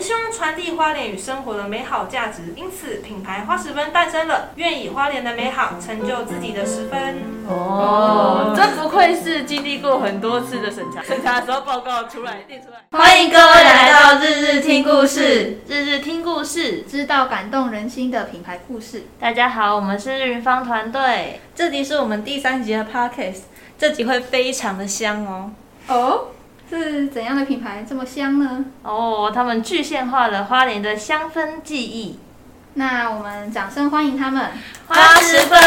希望传递花莲与生活的美好价值，因此品牌花十分诞生了，愿以花莲的美好成就自己的十分。哦，这不愧是经历过很多次的审查，审查的时候报告出来列出来。欢迎各位来到日日听故事，日日听故事，知道感动人心的品牌故事。大家好，我们是日云方团队。这集是我们第三集的 podcast，这集会非常的香哦。哦，是怎样的品牌这么香呢？哦，他们具现化了花莲的香氛技艺。那我们掌声欢迎他们。八十分，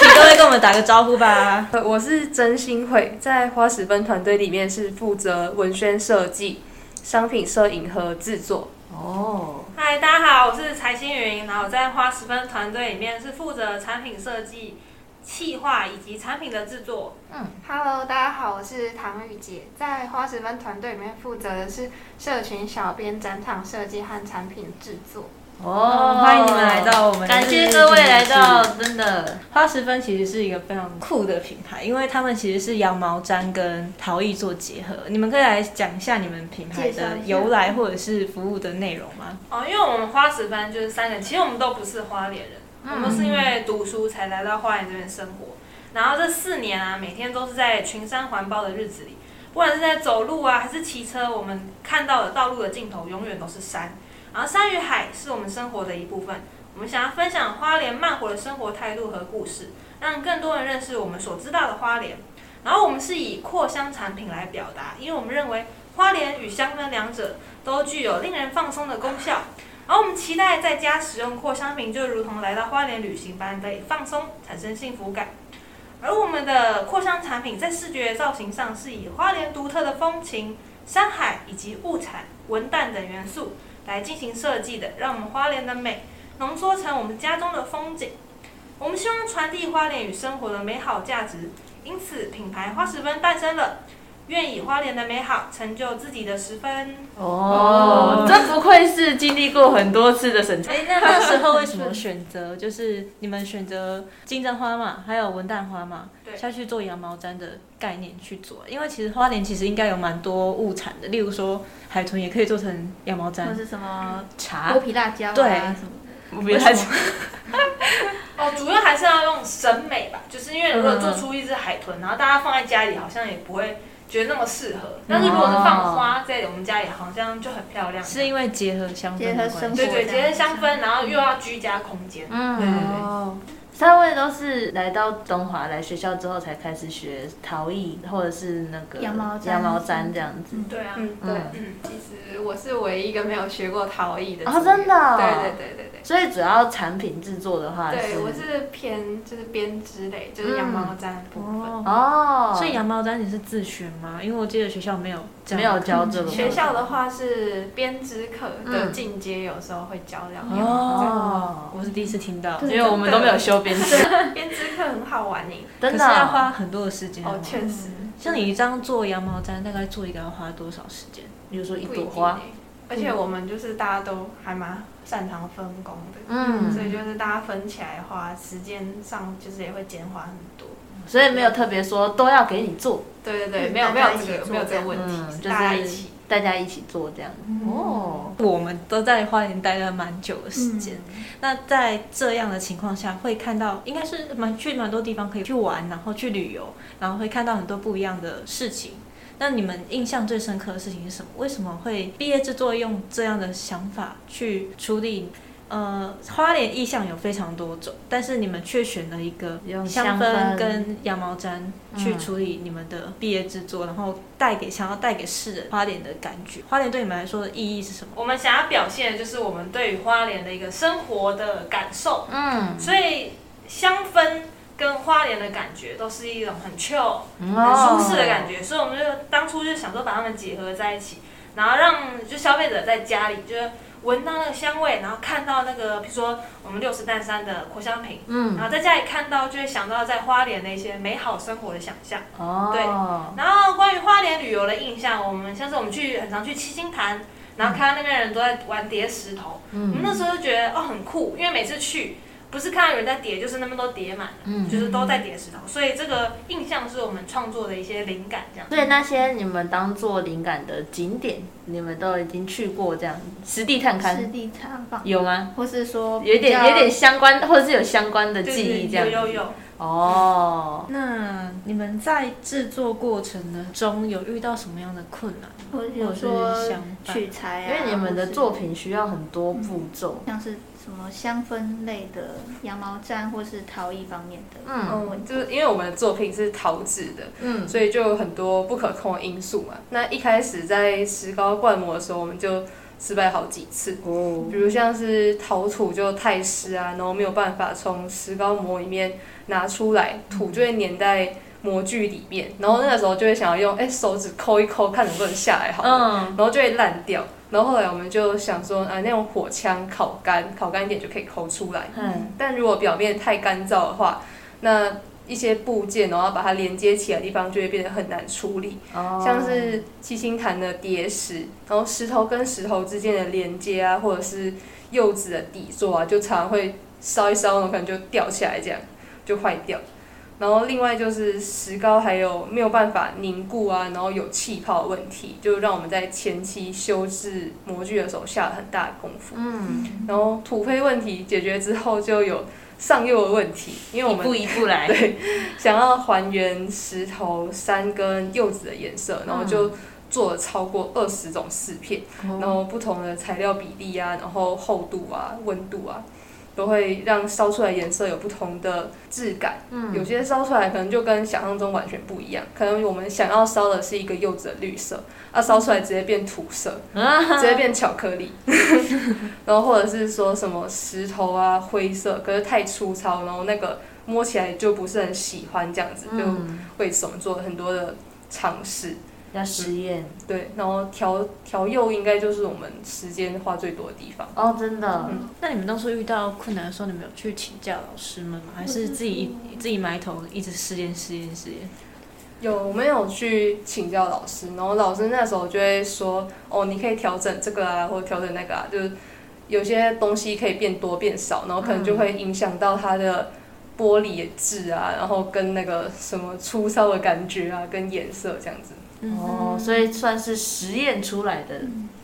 请各位跟我们打个招呼吧。呃，我是真心慧，在花十分团队里面是负责文宣设计、商品摄影和制作。哦，嗨，大家好，我是柴星云，然后我在花十分团队里面是负责产品设计、企划以及产品的制作。 Hello，大家好，我是唐玉姐，在花石分团队里面负责的是社群小编、展场设计和产品制作。哦欢迎你们来到我们感日谢日各位听故来事到，真的花十分其实是一个非常酷的品牌，因为他们其实是羊毛毡跟陶艺做结合。你们可以来讲一下你们品牌介绍的一下由来或者是服务的内容吗？哦，因为我们花十分就是三个人，其实我们都不是花莲人，我们是因为读书才来到花莲这边生活。然后这四年啊，每天都是在群山环抱的日子里，不管是在走路啊，还是骑车，我们看到的道路的尽头永远都是山。然后山与海是我们生活的一部分。我们想要分享花莲慢活的生活态度和故事，让更多人认识我们所知道的花莲。然后我们是以扩香产品来表达，因为我们认为花莲与香氛两者都具有令人放松的功效。而我们期待在家使用扩香瓶，就如同来到花莲旅行般得以放松，产生幸福感。而我们的扩香产品在视觉造型上是以花莲独特的风情、山海以及物产、文旦等元素来进行设计的，让我们花莲的美浓缩成我们家中的风景。我们希望传递花莲与生活的美好价值，因此品牌花十分 诞生了。愿以花莲的美好成就自己的十分。哦，这不愧是经历过很多次的审查。哎，那那时候为什么选择就是你们选择金针花嘛，还有文旦花嘛，对下去做羊毛毡的概念去做？因为其实花莲其实应该有蛮多物产的，例如说海豚也可以做成羊毛或毡是什么嗯茶剥，皮辣椒啊对什么的？我不太哦，主要还是要用审美吧，就是因为如果做出一只海嗯豚，然后大家放在家里，好像也不会觉得那么适嗯合。但是如果是放花在我们家里，好像就很漂亮。是因为结合香氛结的合关生系活，对对，结合香氛，然后又要居家空间。对对嗯，对。哦，三位都是来到东华来学校之后才开始学陶艺，或者是那个羊毛毡羊毛毡这样子。对啊，嗯，对，嗯嗯，其实我是唯一一个没有学过陶艺的哦组员真的哦对对对对所以主要产品制作的啊话对，是，对我是偏就是编织类，嗯就是羊毛毡的部分。哦哦，所以羊毛毡你是自学吗？因为我记得学校没有这样没有教嗯这个学校的话是编织课的进阶，有时候会教到羊哦毛毡。哦，我是第一次听到，对啊因为我们都没有修边制，编织课很好玩耶！可真是的啊要哦花很多的时间。哦，确实，像你这样做羊毛毡，大概做一个要花多少时间？比如说一不一朵定花耶，而且我们就是大家都还蛮擅长分工的，嗯所以就是大家分起来的话，时间上就是也会减缓很多。所以没有特别说都要给你做，对对嗯对，没有没大家有一起这个做没有这个问题，嗯，就大家一是起。大家一起做这样子。哦，我们都在花莲待了蛮久的时间。嗯那在这样的情况下，会看到应该是蛮去蛮多地方可以去玩，然后去旅游，然后会看到很多不一样的事情。那你们印象最深刻的事情是什么？为什么会毕业制作用这样的想法去处理？呃，花莲意象有非常多种，但是你们却选了一个用香香氛氛跟羊毛毡去嗯处理你们的毕业制作，然后带给想要带给世人花莲的感觉。花莲对你们来说的意义是什么？我们想要表现的就是我们对于花莲的一个生活的感受，嗯，所以香氛跟花莲的感觉都是一种很 chill、很很舒适的感觉，所以我们就当初就想说把它们结合在一起，然后让就消费者在家里就是闻到那个香味，然后看到那个比如说我们六十担山的扩香瓶，嗯然，后在家里看到就会想到在花莲的一些美好生活的想象。哦，然后关于花莲旅游的印象，我们像是我们去很常去七星潭，嗯然后看到那边人都在玩叠石头，我们那时候就觉得哦很酷，因为每次去。不是看到有人在叠，就是那么多叠满了，嗯就是都在叠石头，所以这个印象是我们创作的一些灵感这样。所以那些你们当做灵感的景点，你们都已经去过，这样实地探实勘嗯地采访，有吗？或是说嗯有一点比较有点相关，或者是有相关的对记对忆这对，有样。有有，哦，那你们在制作过程呢中有遇到什么样的困难吗？或或者者是说想法取材因啊，为你们的或是作品需要很多步骤，像是什么香氛类的羊毛毡或是陶艺方面的，嗯嗯，就是因为我们的作品是陶制的，嗯，所以就有很多不可控的因素嘛。那一开始在石膏灌模的时候，我们就失败好几次，哦，比如像是陶土就太湿啊，然后没有办法从石膏模里面拿出来，土就会粘在模具里面，然后那个时候就会想要用哎、手指抠一抠，看能不能下来好了，嗯，然后就会烂掉。然后后来我们就想说啊，那种火枪烤干，烤干一点就可以抠出来。嗯，但如果表面太干燥的话，那一些部件，哦然后把它连接起来的地方就会变得很难处理，哦，像是七星潭的叠石，然后石头跟石头之间的连接啊，或者是柚子的底座啊，就常常会烧一烧，然后可能就掉下来，这样就坏掉。然后另外就是石膏还有没有办法凝固啊，然后有气泡的问题，就让我们在前期修制模具的时候下了很大的功夫。嗯，然后土灰问题解决之后，就有上釉的问题，因为一我步们一步 来，对想要还原石头、山跟柚子的颜色，嗯然后就做了超过二十种饰片，然后不同的材料比例啊，然后厚度啊、温度啊，都会让烧出来的颜色有不同的质感。嗯有些烧出来可能就跟想象中完全不一样，可能我们想要烧的是一个柚子的绿色，啊，烧出来直 接变土色，直接变巧克力，然后或者是说什么石头啊灰色，可是太粗糙，然后那个摸起来就不是很喜欢这样子，就嗯，为什么做了很多的尝试，要实验对，然后调调釉应该就是我们时间花最多的地方。哦，真的，那你们当初遇到困难的时候，你们有去请教老师们吗？还是自己自己埋头一直实验实验实验？有，我们有去请教老师，然后老师那时候就会说，哦，你可以调整这个啊，或者调整那个啊，就是有些东西可以变多变少，然后可能就会影响到它的玻璃的质啊，然后跟那个什么粗糙的感觉啊，跟颜色这样子。哦，所以算是实验出来的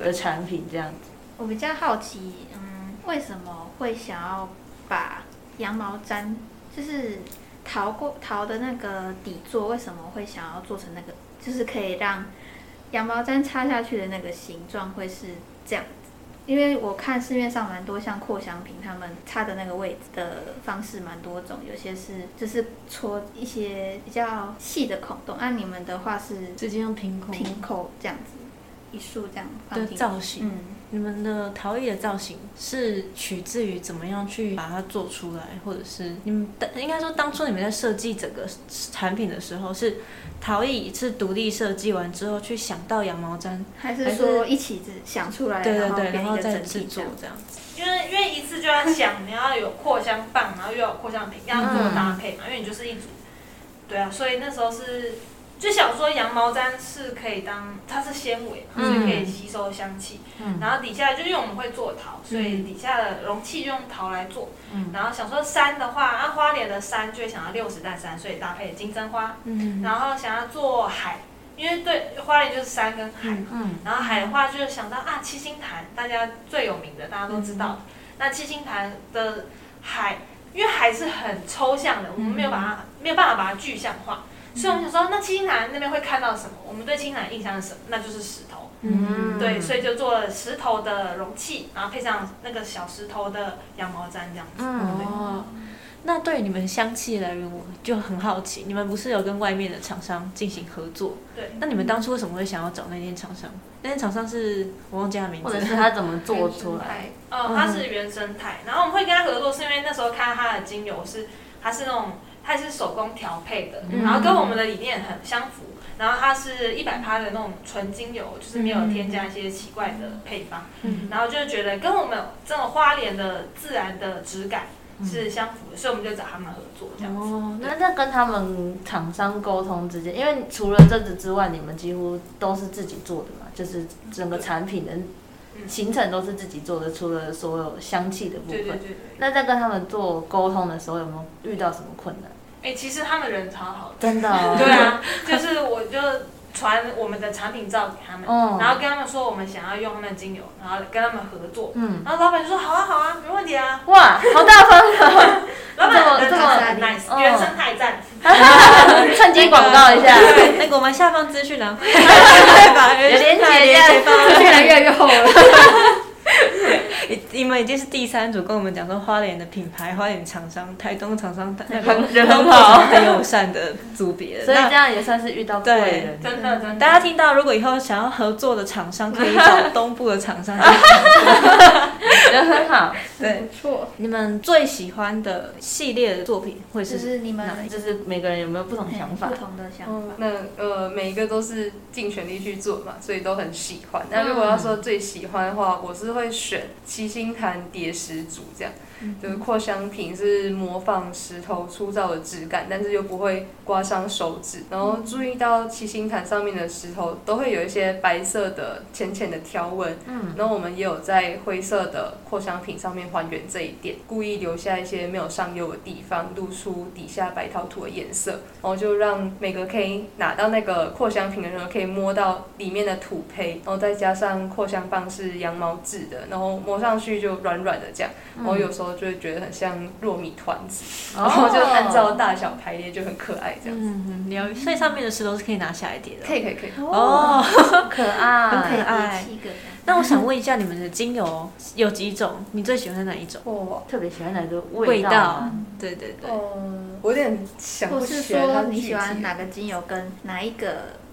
的产品这样子，我比较好奇，嗯，为什么会想要把羊毛毡，就是陶过陶的那个底座，为什么会想要做成那个，就是可以让羊毛毡插下去的那个形状会是这样子？因为我看市面上蛮多像扩香瓶，他们插的那个位置的方式蛮多种，有些是就是戳一些比较细的孔洞，按、你们的话是直接用凭空平口这样子，一束这样放的进去，造型，嗯。你们的陶艺的造型是取自于怎么样去把它做出来，或者是你们的应该说当初你们在设计整个产品的时候，是陶艺是独立设计完之后去想到羊毛毡，还是说一起想出来，对对然后对，然编一后个再整制体作这样子。因为因为一次就要想，你要有扩香棒，然后又要有扩香瓶，要做搭配嘛，因为你就是一组。对啊，所以那时候是就想说羊毛毡是可以当它是纤维嘛，所以可以吸收香气。然后底下就因为我们会做陶，所以底下的容器就用陶来做。然后想说山的话，啊花莲的山就会想要六十担山，所以搭配金针花。嗯，然后想要做海，因为对花莲就是山跟海嘛，嗯然后海的话就是想到啊七星潭，大家最有名的，大家都知道嗯的。那七星潭的海，因为海是很抽象嗯的，我们没有把它、没有办法把它具象化，所以我们想说，那七星潭那边会看到什么？我们对七星潭的印象是什么？那就是石头。嗯，对，所以就做了石头的容器，然后配上那个小石头的羊毛毡这样子。嗯，哦，那对你们香气来源，我就很好奇，你们不是有跟外面的厂商进行合作？对，那你们当初为什么会想要找那间厂商？那间厂商是我忘记他名或字者，是它怎么做出来？来，哦，它是原生态，然后我们会跟他合作，是因为那时候看到它的精油是，它是那种它是手工调配的，然后跟我们的理念很相符，然后它是一百趴的那种纯精油，就是没有添加一些奇怪的配方，然后就觉得跟我们这种花莲的自然的质感是相符的，所以我们就找他们合作这样子。哦，那那跟他们厂商沟通之间，因为除了这支之外，你们几乎都是自己做的嘛，就是整个产品的嗯行程都是自己做的，除了所有香气的部对对对分。对。那在跟他们做沟通的时候，有没有遇到什么困难？哎、其实他们人超好的。真的、哦，对， 啊，就是我就传我们的产品照给他们，嗯然后跟他们说我们想要用他们的精油，然后跟他们合作。嗯，然后老板就说好啊好啊，没问题啊。哇，好大方啊！老板这人真么的很这么 nice，嗯原生态赞。啊趁机广告一下，那个我们下方资讯栏会 把有 连结连接放上越来越越厚了。你你们已经是第三组跟我们讲说花莲的品牌、花莲厂商、台东厂商，那个很人很好很友善的组别。所以那这样也算是遇到贵人。真的真的，大家听到，如果以后想要合作的厂商，可以找东部的厂商。人很好，对，不错，你们最喜欢的系列的作品会？就是是你们就是每个人有没有不同想法 不？同的想嗯法。那呃，每一个都是尽全力去做嘛，所以都很喜欢。那如果要说最喜欢的话，我是会选七星潭叠石组这样，就是扩香瓶是模仿石头粗糙的质感，但是又不会刮伤手指。然后注意到七星潭上面的石头都会有一些白色的浅浅的条纹，嗯，然后我们也有在灰色的扩香瓶上面还原这一点，故意留下一些没有上釉的地方，露出底下白陶土的颜色，然后就让每个可以拿到那个扩香瓶的人可以摸到里面的土胚，然后再加上扩香棒是羊毛制的，然后摸上去就软软的这样，然后有嗯时候就会觉得很像糯米团子，哦 然后就按照大小排列就很可爱这样子。嗯，疗愈。所以上面的石头是可以拿下来叠的可以可以可以，哦。哦，可爱，很可以可爱叠七个这样那我想问一下，你们的精油有几种？你最喜欢的哪一种？哦哦特别喜欢哪个味味道道啊？？对对对。嗯，我有点想或不是起来它说具你体喜欢的哪个精油跟哪一个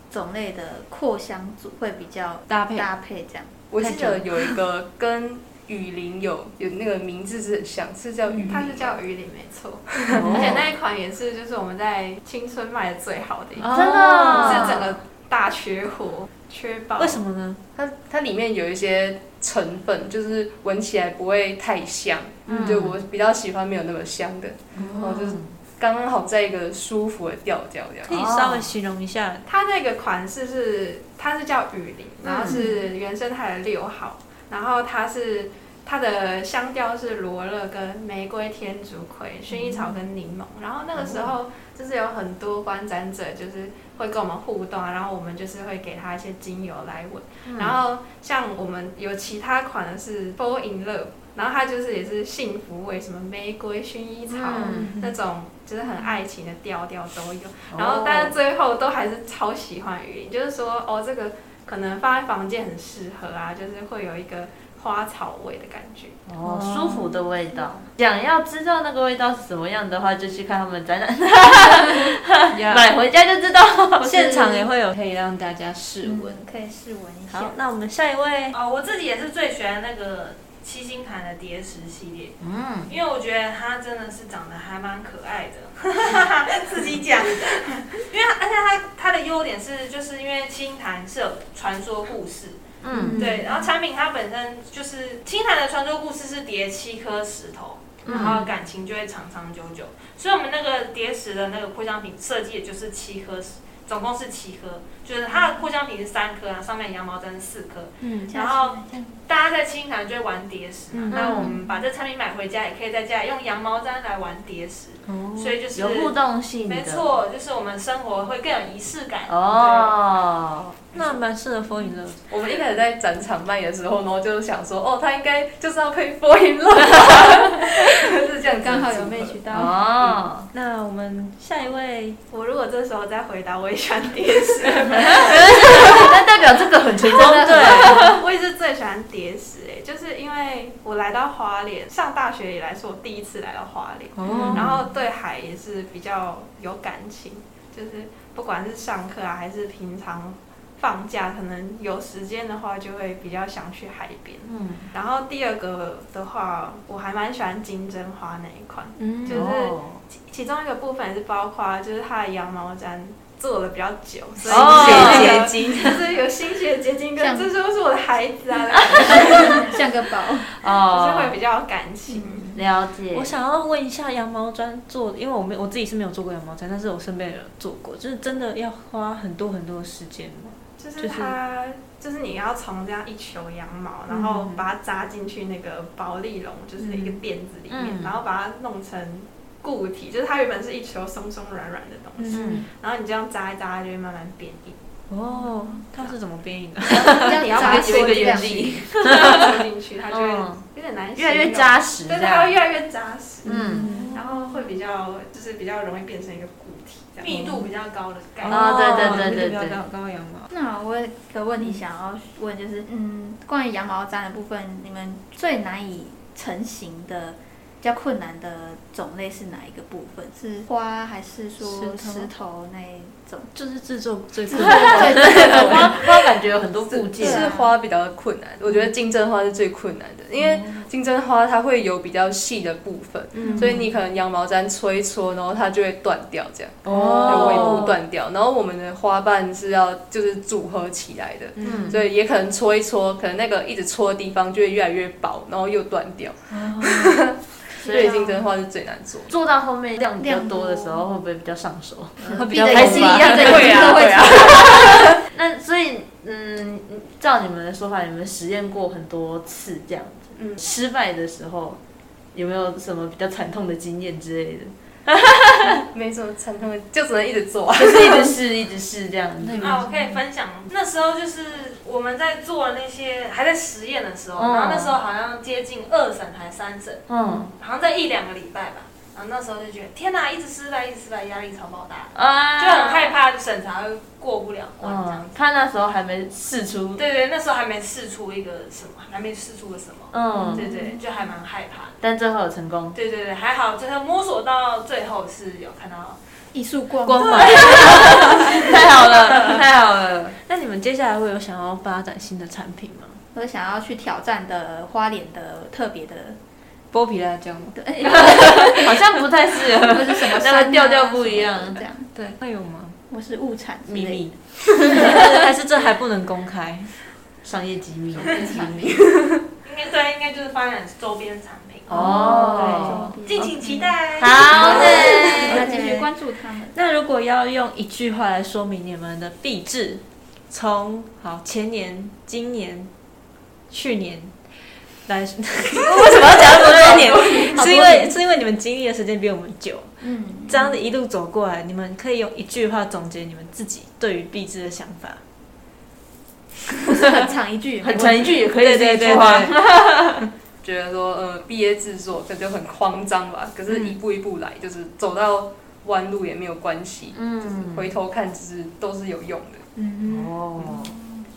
种类的扩香组会比较搭配搭配这样？我记得有一个跟雨林有有那个名字是很像，是嗯叫雨林吗，它是叫鱼鳞没错，哦而且那一款也是就是我们在青春卖的最好的一款，真的是整个大缺货，缺爆。哦为什么呢？它它里面有一些成分，就是闻起来不会太香，嗯哦就我比较喜欢没有那么香的，然后就是刚刚好在一个舒服的调调这样。可以稍微形容一下它那个款式是，它是叫雨林，然后是原生态的六号，然后它是它的香调是罗勒跟玫瑰、天竺葵、薰衣草跟柠檬。然后那个时候就是有很多观展者就是会跟我们互动啊，然后我们就是会给他一些精油来闻。嗯然后像我们有其他款的是 Fall in Love，然后它就是也是幸福味，什么玫瑰、薰衣草、嗯那种就是很爱情的调调都有。哦然后但是最后都还是超喜欢雨林，就是 说哦，这个可能放在房间很适合啊，就是会有一个花草味的感觉。哦，舒服的味道。想要知道那个味道是什么样的话，就去看他们展 览，买回家就知道。现场也会有可以让大家试闻。可以试闻一嗯下好，。那我们下一位，啊、我自己也是最喜欢那个七星潭的叠石系列，嗯，因为我觉得它真的是长得还蛮可爱 的，自己讲。因为它而且它它的优点是，就是因为清潭是有传说故事，嗯对，然后产品它本身就是清潭的传说故事是叠七颗石头，嗯然后感情就会长长久久。所以我们那个叠石的那个扩香瓶设计的就是七颗石，总共是七颗，就是它的扩香瓶是三颗，然后上面羊毛毡是四颗。嗯，然后大家在清潭就会玩叠石嘛，嗯那我们把这产品买回家，也可以在家里用羊毛毡来玩叠石，嗯所以就是有互动性的。没。错，就是我们生活会更有仪式感。哦，那蛮适合 fall in love。我们一开始在展场卖的时候，然后就想说，哦，它应该就是要配 fall in love，就是这样子刚好有组合 match 到，哦，那我们下一位，我如果这时候再回答，我也喜欢叠石， 那代表这个很成功，对， 我也是最喜欢叠石诶、就是因为我来到花莲，上大学以来是我第一次来到花莲，哦然后对海也是比较有感情，就是不管是上课啊，还是平常放假，可能有时间的话，就会比较想去海边。嗯，然后第二个的话，我还蛮喜欢金针花那一款，嗯就是其其中一个部分也是包括就是它的羊毛毡做的比较久，所以哦有结晶，就是有新血结晶跟像这就是我的孩子啊，像个宝。就是会哦，比较有感情。了解我。想要问一下羊毛毡做，因为我没我自己是没有做过羊毛毡，但是我身边有人做过，就是真的要花很多很多的时间吗？就是它就是你要从这样一球羊毛，然后嗯把它扎进去那个保利龙，就是一个垫子里面，嗯然后把它弄成固体，就是它原本是一球松松软软的东西，嗯，然后你这样扎一扎，它就会慢慢变 硬，哦，它是怎么变硬的？这样也要把它只有一戳个进原去。理，戳进去它就会嗯有点难，越来哦越，扎实，对，这它会样，越来越扎实，嗯，然后会比较就是比较容易变成一个固体，这样密度比较高的概念。哦对对对对比较对高高羊毛。那我有个问题想要问，就是嗯，关于羊毛毡的部分，你们最难以成型的、比较困难的种类是哪一个部分？是花还是说石头石头那一种？就是制作最困对对对，花花感觉有很多部就件，啊是花比较困难。我觉得金针花是最困难的，因为金针花它会有比较细的部分，嗯所以你可能羊毛毡搓一搓，然后它就会断掉，这样哦就尾部断掉。然后我们的花瓣是要就是组合起来的，嗯，所以也可能搓一搓，可能那个一直搓的地方就会越来越薄，然后又断掉。所所以啊以金针花是最难做。做到后面量比较多的时候，会不会比较上手？ 啊比较还是一样的，会啊都会啊。那所以，嗯，照你们的说法，你们实验过很多次这样子，嗯失败的时候有没有什么比较惨痛的经验之类的？没什么惨痛的，就只能一直做啊。就是一直试，一直试这样子。啊，我可以分享。那时候就是我们在做那些还在实验的时候，嗯然后那时候好像接近二审还三审，嗯好像在一两个礼拜吧。然后那时候就觉得天哪，一直失败，一直失败，压力超爆大，啊，嗯就很害。怕审查会过不了关这样嗯子。，他那时候还没试出，对对，那时候还没试出一个什么，还没试出个什么，嗯，对对，就还蛮害怕的。但最后有成功。对对对，还好，最后摸索到最后是有看到艺术光光芒， 太好了，太好了。那你们接下来会有想要发展新的产品吗？我想要去挑战的花脸的特别的，剥皮辣椒吗？ 对， 好像不太适合，或是什么那个山啊调调不一样什么的这样对，会有吗？ 我是物产之秘类的密，还是这还不能公开？商业机密。应该对，应该就是发展周边产品，哦哦，对敬请期待。好对，要的，继续关注他们。那如果要用一句话来说明你们的币制，从好前年、今年、去年来， 为什么要讲那 么多年？是因为是因为你们经历的时间比我们久，嗯，这样子一路走过来，你们可以用一句话总结你们自己对于币制的想法。不是很长一句，很长一句也可以对对这一对句话对，觉得说，呃，毕业制作可能就很慌张嗯吧，可是一步一步来，就是走到弯路也没有关系，嗯回头看其实都是有用的。嗯， 哦，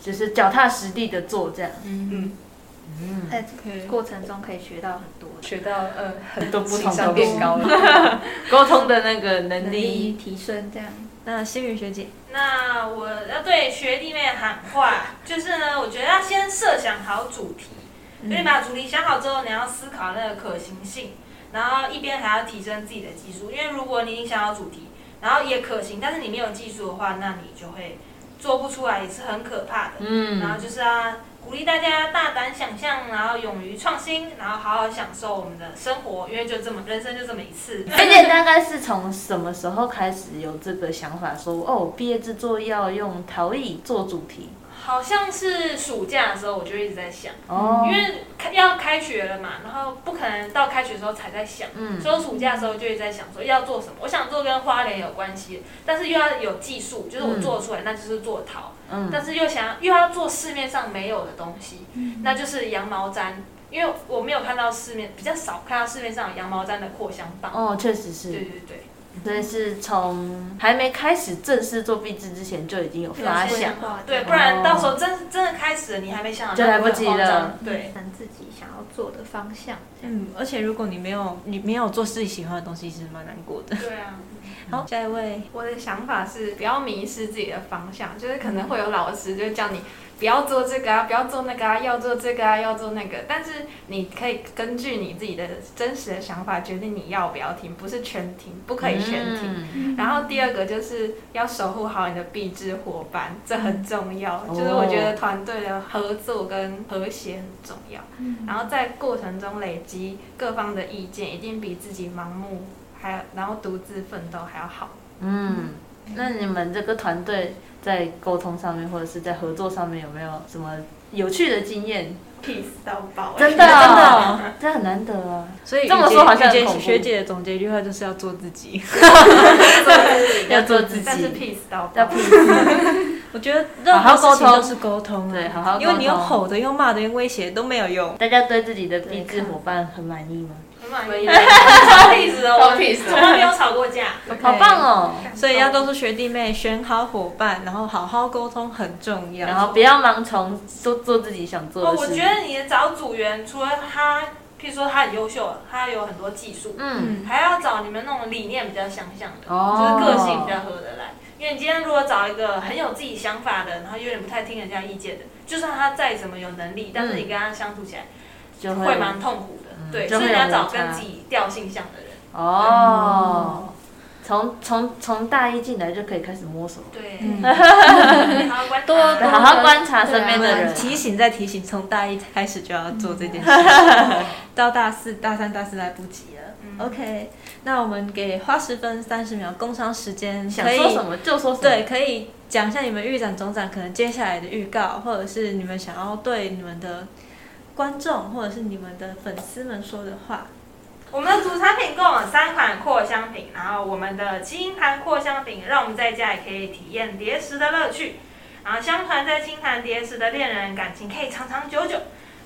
就是脚踏实地的做这样，嗯，在过程中可以学到很多的学到呃很都不情同商的变高了。 沟通的那个能能力力 提升，这样那星云学姐，那我要对学弟妹喊话，就是呢，我觉得要先设想好主题，所以你把主题想好之后，你要思考那个可行性，然后一边还要提升自己的技术，因为如果你已经想好主题，然后也可行，但是你没有技术的话，那你就会做不出来，也是很可怕的。然后嗯，就是啊，鼓励大家大胆想象，然后勇于创新，然后好好享受我们的生活，因为就这么人生就这么一次。而且大概是从什么时候开始有这个想法说，哦，毕业制作要用陶艺做主题？好像是暑假的时候，我就一直在想，哦，因为开要开学了嘛，然后不可能到开学的时候才在想，嗯所以我暑假的时候就一直在想说要做什么。我想做跟花莲有关系的，但是又要有技术，就是我做出来，那就是做陶，嗯但是又想又要做市面上没有的东西，那就是羊毛毡。因为我没有看到市面比较少看到市面上有羊毛毡的扩香棒，哦，确实对是，对所以对，是从还没开始正式做壁纸之前就已经有发有想，对，对不然到时候真真的开始了，你还没想好，就来不及了那就很慌张对，成自己想要做的方向，这样嗯，而且如果你没有你没有做自己喜欢的东西，其实蛮难过嗯的。对啊，好，下一位，我的想法是不要迷失自己的方向，就是可能会有老师就叫你不要做这个啊，不要做那个啊，要做这个啊，要做那个。但是你可以根据你自己的真实的想法决定你要不要听，不是全听，不可以全听。嗯然后第二个就是要守护好你的必知伙伴，这很重要。哦就是我觉得团队的合作跟和谐很重要。嗯然后在过程中累积各方的意见，一定比自己盲目还然后独自奋斗还要好。嗯，那你们这个团队在沟通上面，或者是在合作上面，有没有什么有趣的经验？ peace 到爆，欸 真的、哦，真的，这很难得啊！所以这么说好像雨很洁恐怖学姐的总结一句话就是要做自己。要做自但是己， peace 到要爆，不自我觉得任好何好事情沟通都是沟通啊，对好好沟通因为你用吼的、用骂的、用威胁都没有用。大家对自己的励志伙伴很满意吗？很满 意，超 peace 的，超我 peace 的从来没有吵过架。 好棒哦！所以要告诉学弟妹，选好伙伴，然后好好沟通很重要。然后不要盲从，做做自己想做哦，的我事。觉得你找组员，除了他，譬如说他很优秀，他有很多技术，嗯，还要找你们那种理念比较相像的，哦就是个性比较合得来。因为你今天如果找一个很有自己想法的，然后有点不太听人家意见的，就算他再怎么有能力，但是你跟他相处起来就会会蛮痛苦的。嗯对，就所会以你要找有摩擦跟自己调性像的人。哦。从从从大一进来就可以开始摸索，对，嗯好好观察多好好观察身边我的们人。提醒再提醒，从大一开始就要做这 件事，到大四、大三、大四来不及了。OK，那嗯我们给花十分三十秒工商时间，想可以说什么就说什么。对，，可以讲一下你们预展、总展可能接下来的预告，或者是你们想要对你们的观众或者是你们的粉丝们说的话。我们的主产品共有三款扩香品，然后我们的清谈扩香品，让我们在家也可以体验叠石的乐趣。然后相传在清谈叠石的恋人感情可以长长久久，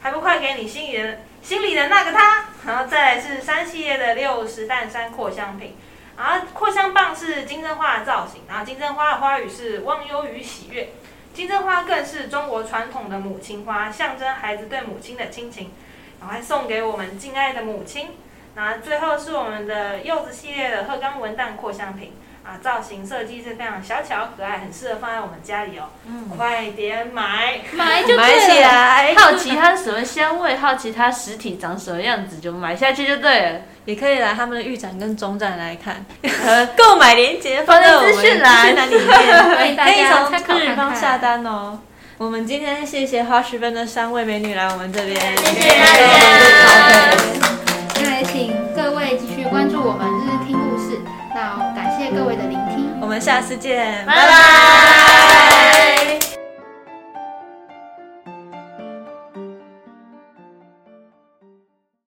还不快给你心里的心里的那个他。然后再来是三系列的六十淡山扩香品，然后扩香棒是金针花的造型，然后金针花的花语是忘忧与喜悦，金针花更是中国传统的母亲花，象征孩子对母亲的亲情，然后还送给我们敬爱的母亲。那最后是我们的柚子系列的鹤冈文旦扩香瓶啊，造型设计是非常小巧可爱，很适合放在我们家里哦。快点买！买就买起对了。来，好奇它什么香味，好奇它实体长什么样子，就买下去就对了。也可以来他们的预展跟总展来看，购买链接放在我们放在资讯栏资里面，欢迎大可以家从参考日看方看。下单哦。我们今天谢谢花十分的三位美女来我们这边，谢谢大家。那也请各位继续关注我们日日听故事。那感谢各位的聆听。我们下次见，拜拜。